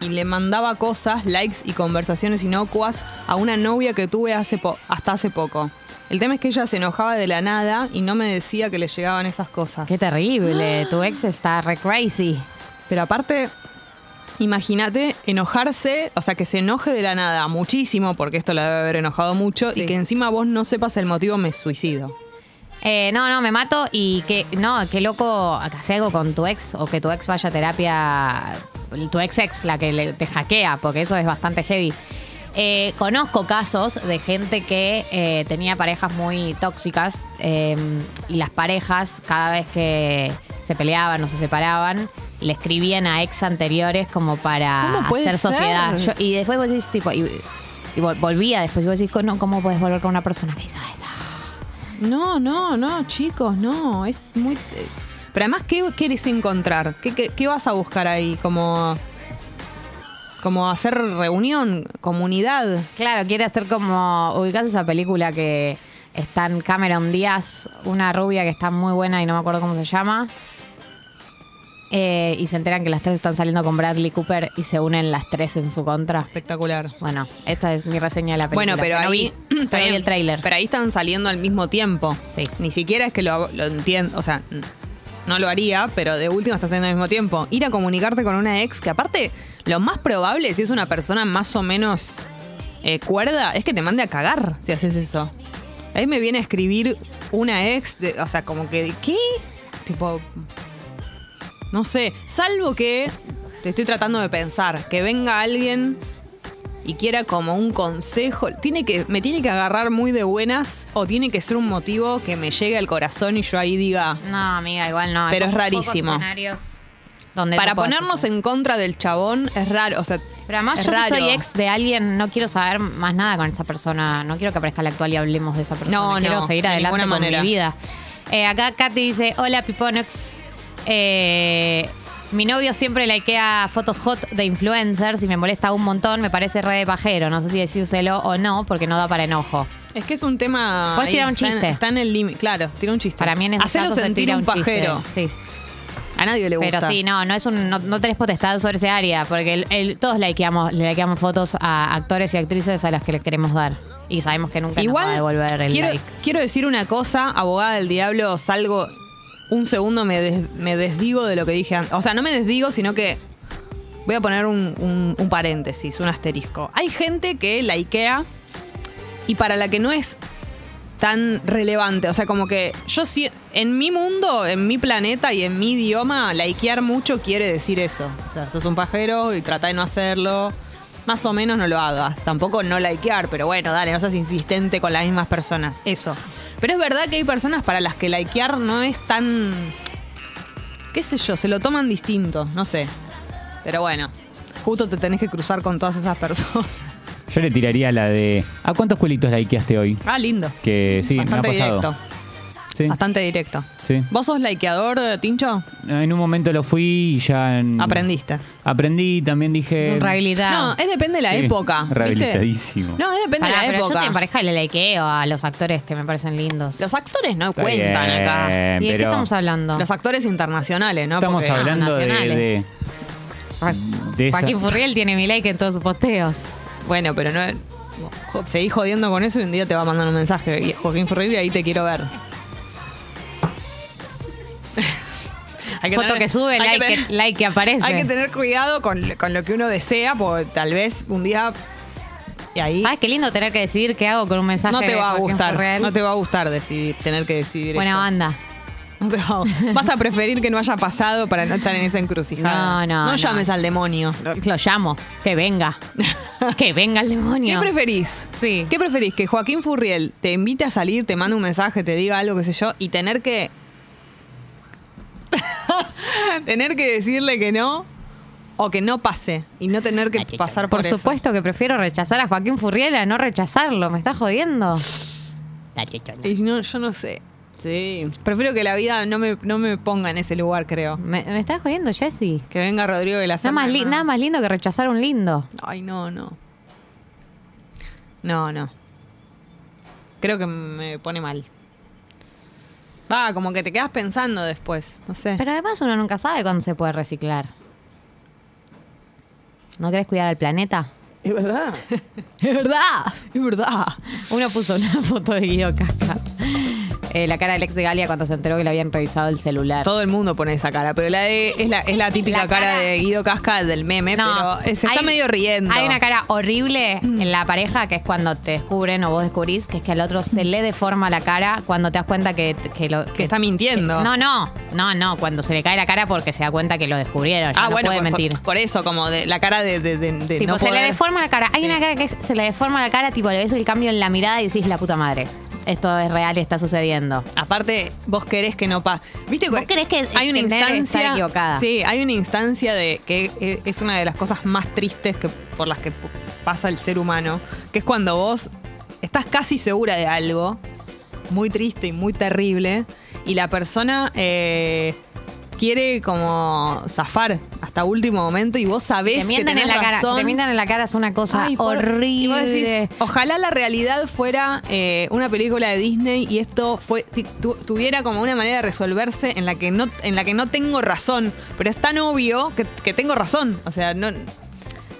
Speaker 1: y le mandaba cosas, likes y conversaciones inocuas a una novia que tuve hace po- hasta hace poco. El tema es que ella se enojaba de la nada y no me decía que le llegaban esas cosas.
Speaker 2: Qué terrible, tu ex está re crazy.
Speaker 1: Pero aparte, imagínate enojarse, o sea, que se enoje de la nada muchísimo, porque esto la debe haber enojado mucho, y que encima vos no sepas el motivo, me suicido.
Speaker 2: Eh, no, no, me mato y que, no, qué loco que hace algo con tu ex o que tu ex vaya a terapia, tu ex ex, la que le- te hackea, porque eso es bastante heavy. Eh, conozco casos de gente que eh, tenía parejas muy tóxicas eh, y las parejas cada vez que se peleaban o se separaban le escribían a ex anteriores como para
Speaker 1: ¿Cómo puede
Speaker 2: hacer
Speaker 1: ser?
Speaker 2: sociedad. Yo- y después vos decís tipo y, y vol- volvía después y vos decís no cómo puedes volver con una persona que hizo eso.
Speaker 1: No, no, no, chicos, no. Es muy. eh, Pero además, ¿qué quieres encontrar? ¿Qué, qué, qué vas a buscar ahí? Como. Como hacer reunión, comunidad.
Speaker 2: Claro, quiere hacer como. ubicás esa película que están Cameron Díaz, una rubia que está muy buena y no me acuerdo cómo se llama. Eh, y se enteran que las tres están saliendo con Bradley Cooper y se unen las tres en su contra.
Speaker 1: Espectacular.
Speaker 2: Bueno, esta es mi reseña de la película.
Speaker 1: Bueno, pero
Speaker 2: que no
Speaker 1: ahí.
Speaker 2: vi, solo
Speaker 1: está bien,
Speaker 2: vi el tráiler.
Speaker 1: Pero ahí están saliendo al mismo tiempo.
Speaker 2: Sí.
Speaker 1: Ni siquiera es que lo, lo entiendo. O sea, n- no lo haría, pero de último estás haciendo al mismo tiempo. Ir a comunicarte con una ex, que aparte, lo más probable, si es una persona más o menos eh, cuerda, es que te mande a cagar si haces eso. Ahí me viene a escribir una ex, de- o sea, como que, ¿qué? Tipo, no sé, salvo que te estoy tratando de pensar, que venga alguien y quiera como un consejo, tiene que, me tiene que agarrar muy de buenas o tiene que ser un motivo que me llegue al corazón y yo ahí diga,
Speaker 2: No, amiga, igual no. hay
Speaker 1: Pero es
Speaker 2: pocos
Speaker 1: rarísimo.
Speaker 2: escenarios donde
Speaker 1: para
Speaker 2: eso pueda
Speaker 1: ponernos
Speaker 2: suceder.
Speaker 1: en contra del chabón es raro, o sea,
Speaker 2: Pero además,
Speaker 1: es
Speaker 2: yo si
Speaker 1: raro.
Speaker 2: soy ex de alguien, no quiero saber más nada con esa persona. No quiero que aparezca la actual y hablemos de esa persona.
Speaker 1: No, no,
Speaker 2: quiero seguir
Speaker 1: de
Speaker 2: adelante
Speaker 1: ninguna
Speaker 2: con
Speaker 1: manera.
Speaker 2: mi vida. Eh, acá Katy dice: Hola, Piponex. Eh, mi novio siempre likea fotos hot de influencers y me molesta un montón. Me parece re de pajero. No sé si decírselo o no, porque no da para enojo.
Speaker 1: Es que es un tema.
Speaker 2: Podés
Speaker 1: ahí,
Speaker 2: tirar un
Speaker 1: está en-
Speaker 2: chiste.
Speaker 1: Está en el límite. Claro, tira un chiste.
Speaker 2: Para mí en ese
Speaker 1: Hacelo
Speaker 2: caso se
Speaker 1: sentir
Speaker 2: tira
Speaker 1: un,
Speaker 2: chiste.
Speaker 1: pajero.
Speaker 2: Sí.
Speaker 1: A nadie le gusta.
Speaker 2: Pero sí, no, no es un, no, no tenés potestad sobre ese área, porque el- el- todos likeamos, le likeamos fotos a actores y actrices a las que le queremos dar. Y sabemos que nunca
Speaker 1: Igual,
Speaker 2: nos va a devolver el
Speaker 1: quiero,
Speaker 2: like.
Speaker 1: quiero decir una cosa, abogada del diablo, salgo un segundo, me, des- me desdigo de lo que dije antes. O sea, no me desdigo, sino que voy a poner un, un- un paréntesis, un asterisco. Hay gente que la IKEA y para la que no es tan relevante, o sea, como que yo sí, en mi mundo, en mi planeta y en mi idioma, likear mucho quiere decir eso. O sea, sos un pajero y trata de no hacerlo. Más o menos no lo hagas. Tampoco no likear, pero bueno, dale, no seas insistente con las mismas personas. Eso. Pero es verdad que hay personas para las que likear no es tan. qué sé yo, se lo toman distinto, no sé. Pero bueno, justo te tenés que cruzar con todas esas personas.
Speaker 3: Yo le tiraría la de. ¿A cuántos cuelitos likeaste hoy?
Speaker 1: Ah, lindo.
Speaker 3: Que sí,
Speaker 1: Bastante
Speaker 3: me ha pasado.
Speaker 1: directo.
Speaker 3: Sí.
Speaker 1: Bastante directo.
Speaker 3: Sí.
Speaker 1: ¿Vos sos likeador, eh, Tincho?
Speaker 3: En un momento lo fui y ya. en-
Speaker 1: Aprendiste.
Speaker 3: Aprendí, también dije.
Speaker 2: Eh, Es un rehabilitado.
Speaker 1: No, es depende de la
Speaker 3: sí,
Speaker 1: época. ¿viste?
Speaker 3: rehabilitadísimo.
Speaker 1: No, es depende
Speaker 2: Pará,
Speaker 1: de la
Speaker 2: pero yo
Speaker 1: época.
Speaker 2: estoy en pareja y le likeo a los actores que me parecen lindos.
Speaker 1: Los actores no
Speaker 3: Está
Speaker 1: cuentan
Speaker 3: bien,
Speaker 1: acá.
Speaker 2: ¿Y de qué
Speaker 3: Eh, pero
Speaker 2: estamos hablando?
Speaker 1: Los actores internacionales, ¿no?
Speaker 3: estamos
Speaker 1: Porque- ah,
Speaker 3: hablando de-
Speaker 2: nacionales.
Speaker 3: de,
Speaker 2: Ah,
Speaker 3: de esa-
Speaker 2: Joaquín Furriel tiene mi like en todos sus posteos.
Speaker 1: Bueno, pero no. jo- Seguí jodiendo con eso y un día te va a mandar un mensaje. Y Joaquín Ferreira, ahí te quiero ver. Hay que
Speaker 2: Foto
Speaker 1: tener-
Speaker 2: que sube,
Speaker 1: hay que
Speaker 2: like que,
Speaker 1: tener-
Speaker 2: like que aparece.
Speaker 1: Hay que tener cuidado con, con lo que uno desea, porque tal vez un día. Y ahí
Speaker 2: Ay, qué lindo tener que decidir qué hago con un mensaje.
Speaker 1: no te va a
Speaker 2: porque es
Speaker 1: gustar.
Speaker 2: real.
Speaker 1: No te va a gustar decidir, tener que decidir
Speaker 2: Buena
Speaker 1: eso.
Speaker 2: banda.
Speaker 1: No te va a- vas a preferir que no haya pasado para no estar en esa encrucijada.
Speaker 2: No, no,
Speaker 1: No
Speaker 2: no.
Speaker 1: llames al demonio.
Speaker 2: Lo llamo. Que venga. que venga el
Speaker 1: ¿Qué
Speaker 2: demonio.
Speaker 1: preferís?
Speaker 2: Sí.
Speaker 1: ¿Qué preferís? Que Joaquín Furriel te invite a salir, te mande un mensaje, te diga algo, qué sé yo, y tener que. tener que decirle que no o que no pase y no tener que pasar por,
Speaker 2: Por
Speaker 1: eso.
Speaker 2: supuesto que prefiero rechazar a Joaquín Furriela, no rechazarlo. Me está jodiendo.
Speaker 1: Y no, yo no sé. Sí. Prefiero que la vida no me, no me ponga en ese lugar, creo.
Speaker 2: Me, me está jodiendo, Jessy.
Speaker 1: Que venga Rodrigo de la
Speaker 2: Nada
Speaker 1: Serna
Speaker 2: más, li-
Speaker 1: nomás.
Speaker 2: nada más lindo que rechazar un lindo.
Speaker 1: Ay, no, no. No, no. Creo que me pone mal. Va, como que te quedas pensando después, no sé.
Speaker 2: Pero además uno nunca sabe cuándo se puede reciclar. ¿No querés cuidar al planeta?
Speaker 1: Es verdad.
Speaker 2: ¡Es verdad!
Speaker 1: Es verdad.
Speaker 2: Uno puso una foto de Guido Casca. Eh, la cara del ex de Galia cuando se enteró que le habían revisado el celular.
Speaker 1: Todo el mundo pone esa cara, pero la de- es, la, es la típica
Speaker 2: La
Speaker 1: cara,
Speaker 2: cara-
Speaker 1: de Guido Casca del meme,
Speaker 2: No,
Speaker 1: pero eh, se está
Speaker 2: hay-
Speaker 1: medio riendo. Mm.
Speaker 2: Hay una cara horrible en la pareja que es cuando te descubren o vos descubrís que es que al otro
Speaker 1: Mm.
Speaker 2: se le deforma la cara cuando te das cuenta que, que lo.
Speaker 1: que está mintiendo.
Speaker 2: No, no, no, no, cuando se le cae la cara porque se da cuenta que lo descubrieron. Ya
Speaker 1: ah,
Speaker 2: no
Speaker 1: bueno,
Speaker 2: puede
Speaker 1: pues,
Speaker 2: mentir.
Speaker 1: Por, por eso, como de la cara de, de- de- de
Speaker 2: Tipo,
Speaker 1: no
Speaker 2: se
Speaker 1: poder-
Speaker 2: le deforma la cara. Hay
Speaker 1: Sí.
Speaker 2: una cara que es- se le deforma la cara, tipo, le ves el cambio en la mirada y decís, la puta madre. Esto es real y está sucediendo.
Speaker 1: Aparte, vos querés que no pase. ¿Viste?
Speaker 2: Vos querés que-
Speaker 1: hay una
Speaker 2: que Nere está
Speaker 1: instancia
Speaker 2: equivocada.
Speaker 1: Sí, hay una instancia de que eh, es una de las cosas más tristes que por las que p- pasa el ser humano, que es cuando vos estás casi segura de algo muy triste y muy terrible y la persona eh, quiere como zafar hasta último momento y vos sabés
Speaker 2: Te mienten
Speaker 1: que
Speaker 2: en
Speaker 1: tenés
Speaker 2: la cara.
Speaker 1: razón.
Speaker 2: Te mienten en la cara es una cosa
Speaker 1: Ay, por- y vos
Speaker 2: horrible.
Speaker 1: decís, ojalá la realidad fuera eh, una película de Disney y esto fue ti- tu- tuviera como una manera de resolverse en la que no, en la que no tengo razón. Pero es tan obvio que, que tengo razón. O sea, no.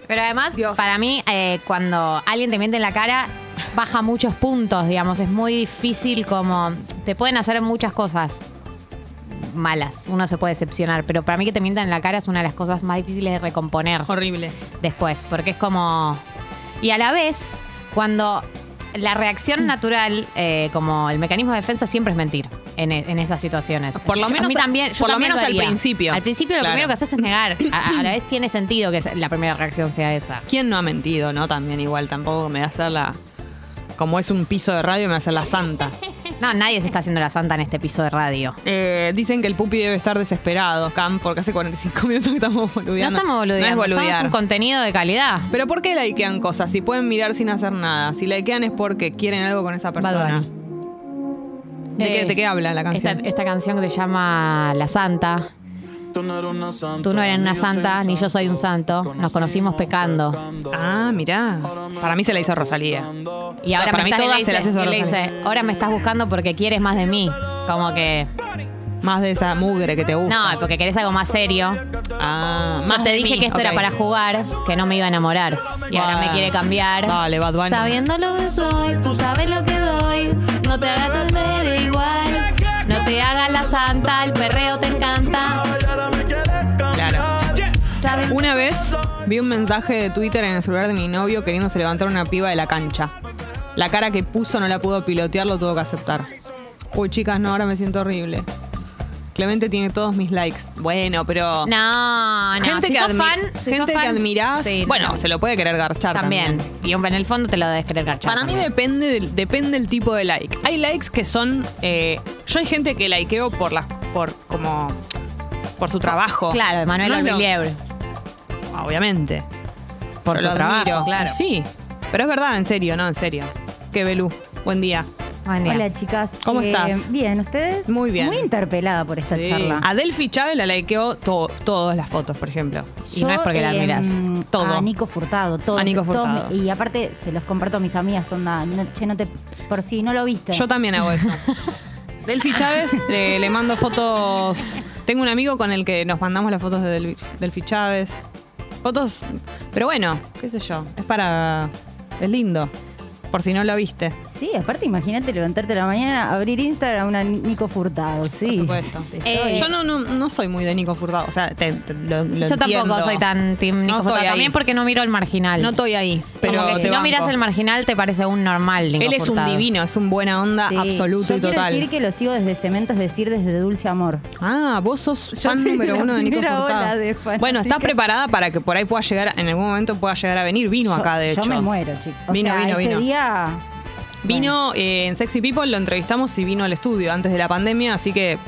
Speaker 2: Pero además,
Speaker 1: Dios.
Speaker 2: para mí, eh, cuando alguien te miente en la cara, baja muchos puntos, digamos. Es muy difícil como... Te pueden hacer muchas cosas malas. Uno se puede decepcionar. Pero para mí que te mientan en la cara es una de las cosas más difíciles de recomponer
Speaker 1: Horrible.
Speaker 2: después. Porque es como... Y a la vez, cuando... La reacción natural, eh, como el mecanismo de defensa, siempre es mentir en, e- en esas situaciones.
Speaker 1: Por lo
Speaker 2: Yo- a
Speaker 1: menos-
Speaker 2: mí también, yo
Speaker 1: por lo
Speaker 2: también
Speaker 1: menos al
Speaker 2: haría.
Speaker 1: principio.
Speaker 2: Al principio lo
Speaker 1: Claro.
Speaker 2: primero que haces es negar. A- a la vez tiene sentido que la primera reacción sea esa.
Speaker 1: ¿Quién no ha mentido, no? También igual, tampoco me va a hacer la. Como es un piso de radio, me va a hacer la santa.
Speaker 2: No, nadie se está haciendo la santa en este piso de radio.
Speaker 1: Eh, dicen que el pupi debe estar desesperado, Cam, porque hace 45 minutos que estamos boludeando.
Speaker 2: No estamos boludeando,
Speaker 1: No es
Speaker 2: estamos
Speaker 1: boludear.
Speaker 2: un contenido de calidad.
Speaker 1: Pero ¿por qué likean cosas? Si pueden mirar sin hacer nada. Si likean es porque quieren algo con esa persona.
Speaker 2: Bad
Speaker 1: ¿De, qué,
Speaker 2: Eh,
Speaker 1: de qué habla la
Speaker 2: Esta,
Speaker 1: canción?
Speaker 2: esta canción que se llama La Santa.
Speaker 4: Tú no eres una santa.
Speaker 2: Tú no eres una
Speaker 4: ni yo soy
Speaker 2: santa,
Speaker 4: un
Speaker 2: ni yo soy un santo. Nos conocimos pecando.
Speaker 1: Ah, mirá. Para mí se la hizo Rosalía.
Speaker 2: Y ahora
Speaker 1: para
Speaker 2: me
Speaker 1: mí
Speaker 2: estás-
Speaker 1: todas
Speaker 2: él
Speaker 1: se
Speaker 2: le
Speaker 1: las hizo
Speaker 2: dice, él le
Speaker 1: Rosalía.
Speaker 2: dice, ahora me estás buscando porque quieres más de mí. Como que,
Speaker 1: Más de esa mugre que te
Speaker 2: no,
Speaker 1: gusta.
Speaker 2: porque querés algo más serio.
Speaker 1: Ah, más
Speaker 2: Yo te
Speaker 1: de
Speaker 2: dije
Speaker 1: mí.
Speaker 2: que esto era
Speaker 1: Ok.
Speaker 2: para jugar, que no me iba a enamorar. Y ahora
Speaker 1: Vale.
Speaker 2: me quiere cambiar.
Speaker 1: Vale, Bad Bunny.
Speaker 2: Sabiendo lo que soy, tú sabes lo que doy. No te hagas tener igual. No te hagas la santa, el perreo te encanta.
Speaker 1: Claro.
Speaker 2: ¿Sabes?
Speaker 1: Una vez vi un mensaje de Twitter en el celular de mi novio queriéndose levantar una piba de la cancha. La cara que puso no la pudo pilotear, lo tuvo que aceptar. Uy, chicas, no, ahora me siento horrible. Clemente tiene todos mis likes. Bueno, pero.
Speaker 2: No, no.
Speaker 1: gente
Speaker 2: si
Speaker 1: que,
Speaker 2: sos
Speaker 1: admi-
Speaker 2: fan, si sos
Speaker 1: gente
Speaker 2: fan-
Speaker 1: que admirás.
Speaker 2: Sí, no,
Speaker 1: bueno,
Speaker 2: no.
Speaker 1: se lo puede querer garchar también.
Speaker 2: también. Y en el fondo te lo debes querer garchar.
Speaker 1: Para mí
Speaker 2: también.
Speaker 1: depende del, depende el tipo de like. Hay likes que son. eh, yo hay gente que likeo por las. por como. por su trabajo.
Speaker 2: Claro, Manuel
Speaker 1: No es lo-
Speaker 2: Orbiliebre.
Speaker 1: Obviamente.
Speaker 2: Por
Speaker 1: Yo
Speaker 2: su
Speaker 1: lo
Speaker 2: trabajo,
Speaker 1: admiro.
Speaker 2: claro.
Speaker 1: Sí. Pero es verdad, en serio, no, en serio. Que Belú. Buen día.
Speaker 2: Buen día. Eh,
Speaker 5: Hola chicas. Eh,
Speaker 1: ¿Cómo estás?
Speaker 5: Bien, ¿ustedes?
Speaker 1: Muy bien. Ah,
Speaker 5: Muy interpelada por esta charla.
Speaker 1: A Delphi Chávez la likeó to- todas las fotos, por ejemplo.
Speaker 2: Y no es porque la
Speaker 5: em,
Speaker 2: admiras.
Speaker 1: Todo.
Speaker 5: A Nico Furtado, todo.
Speaker 1: A Nico
Speaker 5: todo
Speaker 1: Furtado.
Speaker 5: me- y aparte se los comparto a mis amigas, onda, no, che, no te, por si no lo viste.
Speaker 1: Yo también hago eso. Delphi Chávez, le, le mando fotos. Tengo un amigo con el que nos mandamos las fotos de Delphi, Delphi Chávez. Fotos. Pero bueno, qué sé yo. Es para. Es lindo. Por si no lo viste.
Speaker 5: Sí, aparte imagínate levantarte a la mañana, abrir Instagram una Nico Furtado, sí.
Speaker 1: Por supuesto.
Speaker 2: Eh,
Speaker 1: yo no, no, no soy muy de Nico Furtado. O sea, te- te- lo, lo
Speaker 2: Yo tampoco
Speaker 1: entiendo.
Speaker 2: soy tan team
Speaker 1: No
Speaker 2: Nico Furtado,
Speaker 1: estoy ahí.
Speaker 2: también porque no miro el marginal.
Speaker 1: No estoy ahí. Pero
Speaker 2: Como que si
Speaker 1: te
Speaker 2: no
Speaker 1: banco.
Speaker 2: miras el marginal te parece un normal Nico
Speaker 1: Él es un
Speaker 2: Furtado.
Speaker 1: divino, es un buena onda
Speaker 5: Sí.
Speaker 1: absoluto
Speaker 5: Yo
Speaker 1: y
Speaker 5: quiero
Speaker 1: total.
Speaker 5: decir que lo sigo desde Cemento, es decir, desde Dulce Amor.
Speaker 1: Ah, vos sos fan
Speaker 5: soy de
Speaker 1: número
Speaker 5: la
Speaker 1: uno de Nico
Speaker 5: primera
Speaker 1: Furtado.
Speaker 5: ola de fanática.
Speaker 1: bueno, ¿estás preparada para que por ahí pueda llegar, en algún momento pueda llegar a venir? Vino
Speaker 5: Yo-
Speaker 1: acá, de hecho.
Speaker 5: Yo me muero, chicos. O
Speaker 1: Vino,
Speaker 5: sea,
Speaker 1: vino,
Speaker 5: ese
Speaker 1: vino.
Speaker 5: día...
Speaker 1: Vino eh, en Sexy People, lo entrevistamos y vino al estudio antes de la pandemia, así que.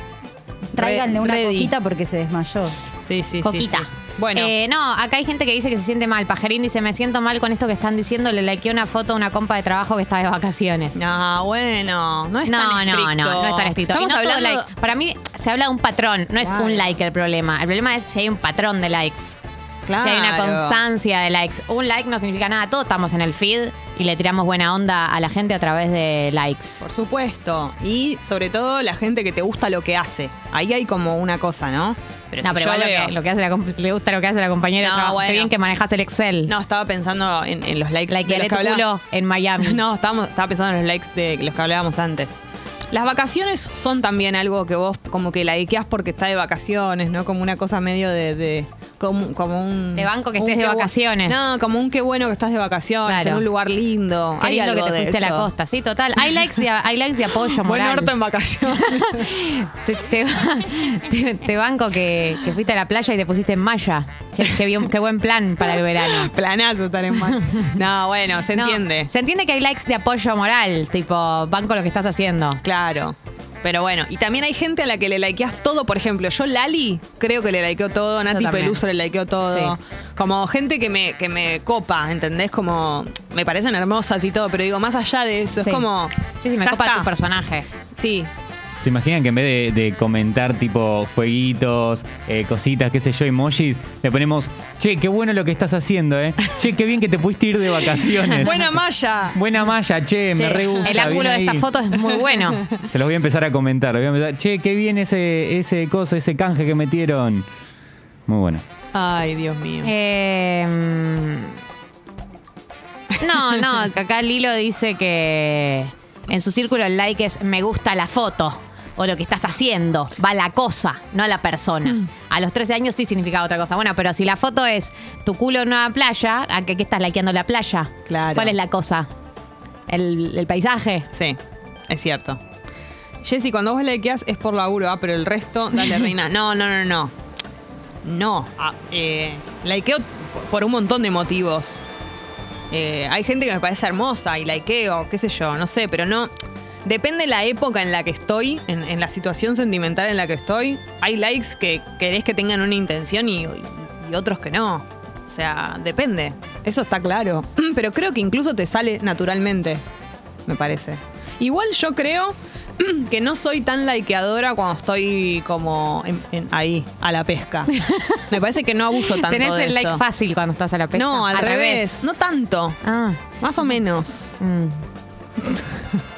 Speaker 1: re-
Speaker 5: Tráiganle una
Speaker 1: ready.
Speaker 5: coquita porque se desmayó.
Speaker 1: Sí, sí, sí,
Speaker 2: Coquita.
Speaker 1: sí. Bueno,
Speaker 2: Eh, no, acá hay gente que dice que se siente mal. Pajerín dice, me siento mal con esto que están diciendo. Le likeé una foto a una compa de trabajo que está de vacaciones.
Speaker 1: no, bueno, no es
Speaker 2: no,
Speaker 1: tan
Speaker 2: no,
Speaker 1: estricto.
Speaker 2: no, no es tan estricto. Y
Speaker 1: Estamos
Speaker 2: no todo
Speaker 1: hablando.
Speaker 2: like. Para mí se habla de un patrón, no es
Speaker 1: Claro.
Speaker 2: un like el problema. El problema es si hay un patrón de likes.
Speaker 1: Claro.
Speaker 2: Si hay una constancia de likes. Un like no significa nada. Todos estamos en el feed y le tiramos buena onda a la gente a través de likes.
Speaker 1: Por supuesto. Y sobre todo la gente que te gusta lo que hace. Ahí hay como una cosa, ¿no? Pero
Speaker 2: No,
Speaker 1: si
Speaker 2: pero
Speaker 1: yo
Speaker 2: igual lo
Speaker 1: veo-
Speaker 2: que, lo que hace la comp- le gusta lo que hace la compañera
Speaker 1: No,
Speaker 2: de trabajo. Qué
Speaker 1: bueno.
Speaker 2: bien que manejas el Excel.
Speaker 1: No, estaba pensando en, en los likes de
Speaker 2: Likearé
Speaker 1: los
Speaker 2: tu
Speaker 1: que hablaba-
Speaker 2: culo en Miami.
Speaker 1: No, estábamos- estaba pensando en los likes de los que hablábamos antes. Las vacaciones son también algo que vos como que likeás porque está de vacaciones, ¿no? Como una cosa medio de... de- como, como un...
Speaker 2: De banco que
Speaker 1: un
Speaker 2: estés de
Speaker 1: qué bu-
Speaker 2: vacaciones.
Speaker 1: No, como un qué bueno que estás de vacaciones,
Speaker 2: Claro.
Speaker 1: en un lugar lindo.
Speaker 2: Qué
Speaker 1: hay
Speaker 2: lindo
Speaker 1: algo
Speaker 2: que te
Speaker 1: de
Speaker 2: fuiste a la
Speaker 1: eso.
Speaker 2: costa, sí, total. Hay likes de, hay likes de apoyo
Speaker 1: Buen
Speaker 2: moral.
Speaker 1: orto en vacaciones.
Speaker 2: Te, te- te- te banco que, que fuiste a la playa y te pusiste en malla. Qué, qué bien- qué buen plan para el verano.
Speaker 1: Planazo estar en mar. No, bueno, se
Speaker 2: No,
Speaker 1: entiende.
Speaker 2: se entiende que hay likes de apoyo moral, tipo, banco lo que estás haciendo.
Speaker 1: Claro. Pero bueno, y también hay gente a la que le likeás todo, por ejemplo, yo Lali creo que le likeó todo, Nati
Speaker 2: también.
Speaker 1: Peluso le likeó todo.
Speaker 2: Sí.
Speaker 1: Como gente que me, que me copa, ¿entendés? Como me parecen hermosas y todo, pero digo, más allá de eso,
Speaker 2: Sí.
Speaker 1: es como.
Speaker 2: Sí, sí, me
Speaker 1: ya
Speaker 2: copa
Speaker 1: está.
Speaker 2: tu personaje.
Speaker 1: Sí,
Speaker 3: ¿Se imaginan que en vez de, de comentar tipo fueguitos, eh, cositas, qué sé yo, emojis, le ponemos, che, qué bueno lo que estás haciendo, eh? Che, qué bien que te pudiste ir de vacaciones.
Speaker 1: buena malla.
Speaker 3: Buena malla, che, me
Speaker 2: Che,
Speaker 3: re gusta,
Speaker 2: el ángulo
Speaker 3: bien
Speaker 2: de esta
Speaker 3: ahí.
Speaker 2: foto es muy bueno.
Speaker 3: Se los voy a empezar a comentar. los voy a empezar, che, qué bien ese, ese coso, ese canje que metieron. Muy bueno.
Speaker 1: Ay, Dios mío.
Speaker 2: Eh, mm. no, no, que acá Lilo dice que en su círculo el like es me gusta la foto o lo que estás haciendo. Va la cosa, no la persona. A los 13 años sí significaba otra cosa. Bueno, pero si la foto es tu culo en una playa, ¿a qué, qué estás likeando la playa?
Speaker 1: Claro.
Speaker 2: ¿Cuál es la cosa? ¿El, el paisaje?
Speaker 1: Sí, es cierto. Jessy, cuando vos likeás es por laburo, ah, pero el resto, dale, reina. No, no, no, no. No. ah, eh, likeo por un montón de motivos. Eh, hay gente que me parece hermosa y likeo, qué sé yo, no sé, pero no. Depende la época en la que estoy, en, en la situación sentimental en la que estoy. Hay likes que querés que tengan una intención y, y otros que no. O sea, depende. Eso está claro. Pero creo que incluso te sale naturalmente, me parece. Igual yo creo que no soy tan likeadora cuando estoy como en- en- ahí, a la pesca. Me parece que no abuso tanto
Speaker 2: Tenés
Speaker 1: de
Speaker 2: el like
Speaker 1: eso.
Speaker 2: fácil cuando estás a la pesca.
Speaker 1: No, al, revés. No tanto.
Speaker 2: Ah.
Speaker 1: Más o menos.
Speaker 2: Mm.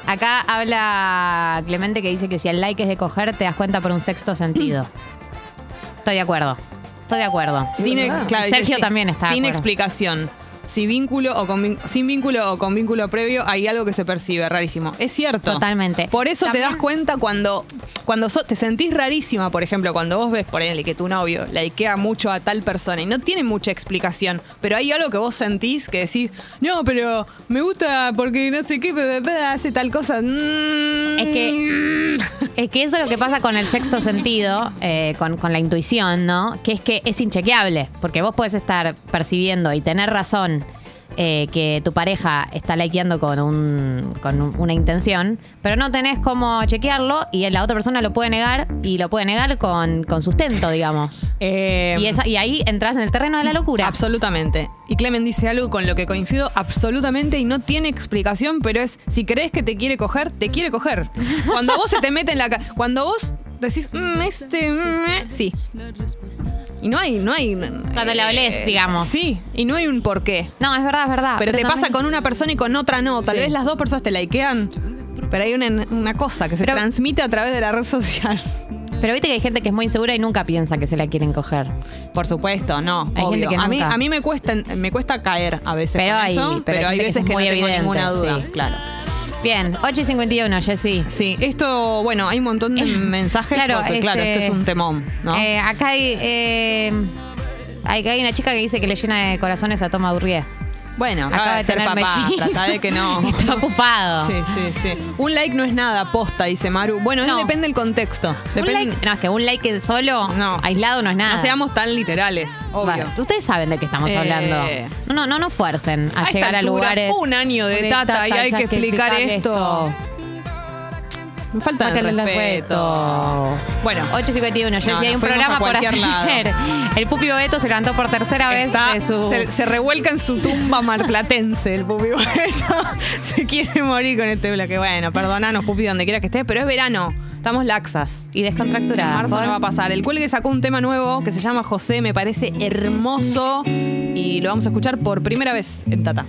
Speaker 2: Acá habla Clemente que dice que si el like es de coger, te das cuenta por un sexto sentido. Estoy de acuerdo. Estoy de acuerdo.
Speaker 1: Sin, claro,
Speaker 2: Sergio
Speaker 1: dice, sí,
Speaker 2: también está de
Speaker 1: Sin
Speaker 2: acuerdo.
Speaker 1: explicación. Si vínculo o con vin- sin vínculo o con vínculo previo, hay algo que se percibe rarísimo. Es cierto.
Speaker 2: Totalmente.
Speaker 1: Por eso
Speaker 2: También-
Speaker 1: te das cuenta cuando, cuando so- te sentís rarísima, por ejemplo, cuando vos ves, por ejemplo, que tu novio likea mucho a tal persona y no tiene mucha explicación, pero hay algo que vos sentís que decís, no, pero me gusta porque no sé qué, pe- pe- pe, hace tal cosa. Mm.
Speaker 2: Es que, es que eso es lo que pasa con el sexto sentido, eh, con, con la intuición, ¿no? Que es que es inchequeable, porque vos podés estar percibiendo y tener razón eh, que tu pareja está likeando con, un, con un- una intención, pero no tenés cómo chequearlo y la otra persona lo puede negar y lo puede negar con, con sustento, digamos.
Speaker 1: Eh,
Speaker 2: Y, esa- y ahí entras en el terreno de la locura.
Speaker 1: Absolutamente. Y Clemen dice algo con lo que coincido absolutamente y no tiene explicación, pero es si crees que te quiere coger, te quiere coger. Cuando vos se te mete en la ca- cuando vos decís "Mm, este mm, eh", sí. Y no hay no hay eh,
Speaker 2: Cuando la olés, digamos.
Speaker 1: Sí, y no hay un porqué.
Speaker 2: No, es verdad, es verdad.
Speaker 1: pero, te pasa
Speaker 2: también-
Speaker 1: con una persona y con otra no, tal
Speaker 2: Sí.
Speaker 1: vez las dos personas te likean. Pero hay una, una cosa que se
Speaker 2: Pero-
Speaker 1: transmite a través de la red social.
Speaker 2: Pero viste que hay gente que es muy insegura y nunca piensa que se la quieren coger.
Speaker 1: Por supuesto, no.
Speaker 2: Hay gente
Speaker 1: obvio.
Speaker 2: que
Speaker 1: a, mí,
Speaker 2: nunca.
Speaker 1: a mí me cuesta me cuesta caer a veces.
Speaker 2: Pero
Speaker 1: con
Speaker 2: hay-
Speaker 1: eso,
Speaker 2: pero
Speaker 1: pero, hay
Speaker 2: hay gente que
Speaker 1: veces
Speaker 2: es
Speaker 1: que,
Speaker 2: muy
Speaker 1: no tengo ninguna
Speaker 2: evidente,
Speaker 1: duda.
Speaker 2: sí.
Speaker 1: Claro.
Speaker 2: Bien, 8 y 51, Jessy.
Speaker 1: Sí, esto, bueno, hay un montón de mensajes
Speaker 2: claro,
Speaker 1: porque, claro,
Speaker 2: este-
Speaker 1: esto es un temón, ¿no?
Speaker 2: Eh, acá hay, eh, hay, hay una chica que dice que le llena de corazones a Toma Durrié.
Speaker 1: bueno, acaba de ser papá, trata de que no.
Speaker 2: Está ocupado.
Speaker 1: Sí, sí, sí. Un like no es nada, posta, dice Maru. Bueno,
Speaker 2: No.
Speaker 1: es- depende del contexto.
Speaker 2: Un
Speaker 1: Depende,
Speaker 2: like- no, es que un like solo,
Speaker 1: No.
Speaker 2: aislado, no es nada.
Speaker 1: No seamos tan literales, obvio.
Speaker 2: Vale, Ustedes saben de qué estamos
Speaker 1: Eh.
Speaker 2: hablando. No, no, no, no fuercen a,
Speaker 1: A esta
Speaker 2: llegar a
Speaker 1: altura,
Speaker 2: lugares.
Speaker 1: un año de Tata y hay
Speaker 2: ya
Speaker 1: que explicar esto. Me falta
Speaker 2: Sáquenle
Speaker 1: el
Speaker 2: el
Speaker 1: respeto.
Speaker 2: respeto.
Speaker 1: Bueno.
Speaker 2: 8.51, Jessy,
Speaker 1: No,
Speaker 2: hay
Speaker 1: nos fuimos
Speaker 2: un programa
Speaker 1: a
Speaker 2: por
Speaker 1: cualquier
Speaker 2: hacer. El Pupi Beto se cantó por tercera vez
Speaker 1: Está-
Speaker 2: de su...
Speaker 1: se, se revuelca en su tumba marplatense el pupi Bueno, se quiere morir con este bloque. Bueno, perdonanos, pupi, donde quiera que estés, pero es verano. Estamos laxas.
Speaker 2: Y descontracturada.
Speaker 1: Marzo
Speaker 2: por-
Speaker 1: no va a pasar. El cuelgue sacó un tema nuevo que se llama José, me parece hermoso. Y lo vamos a escuchar por primera vez en Tata.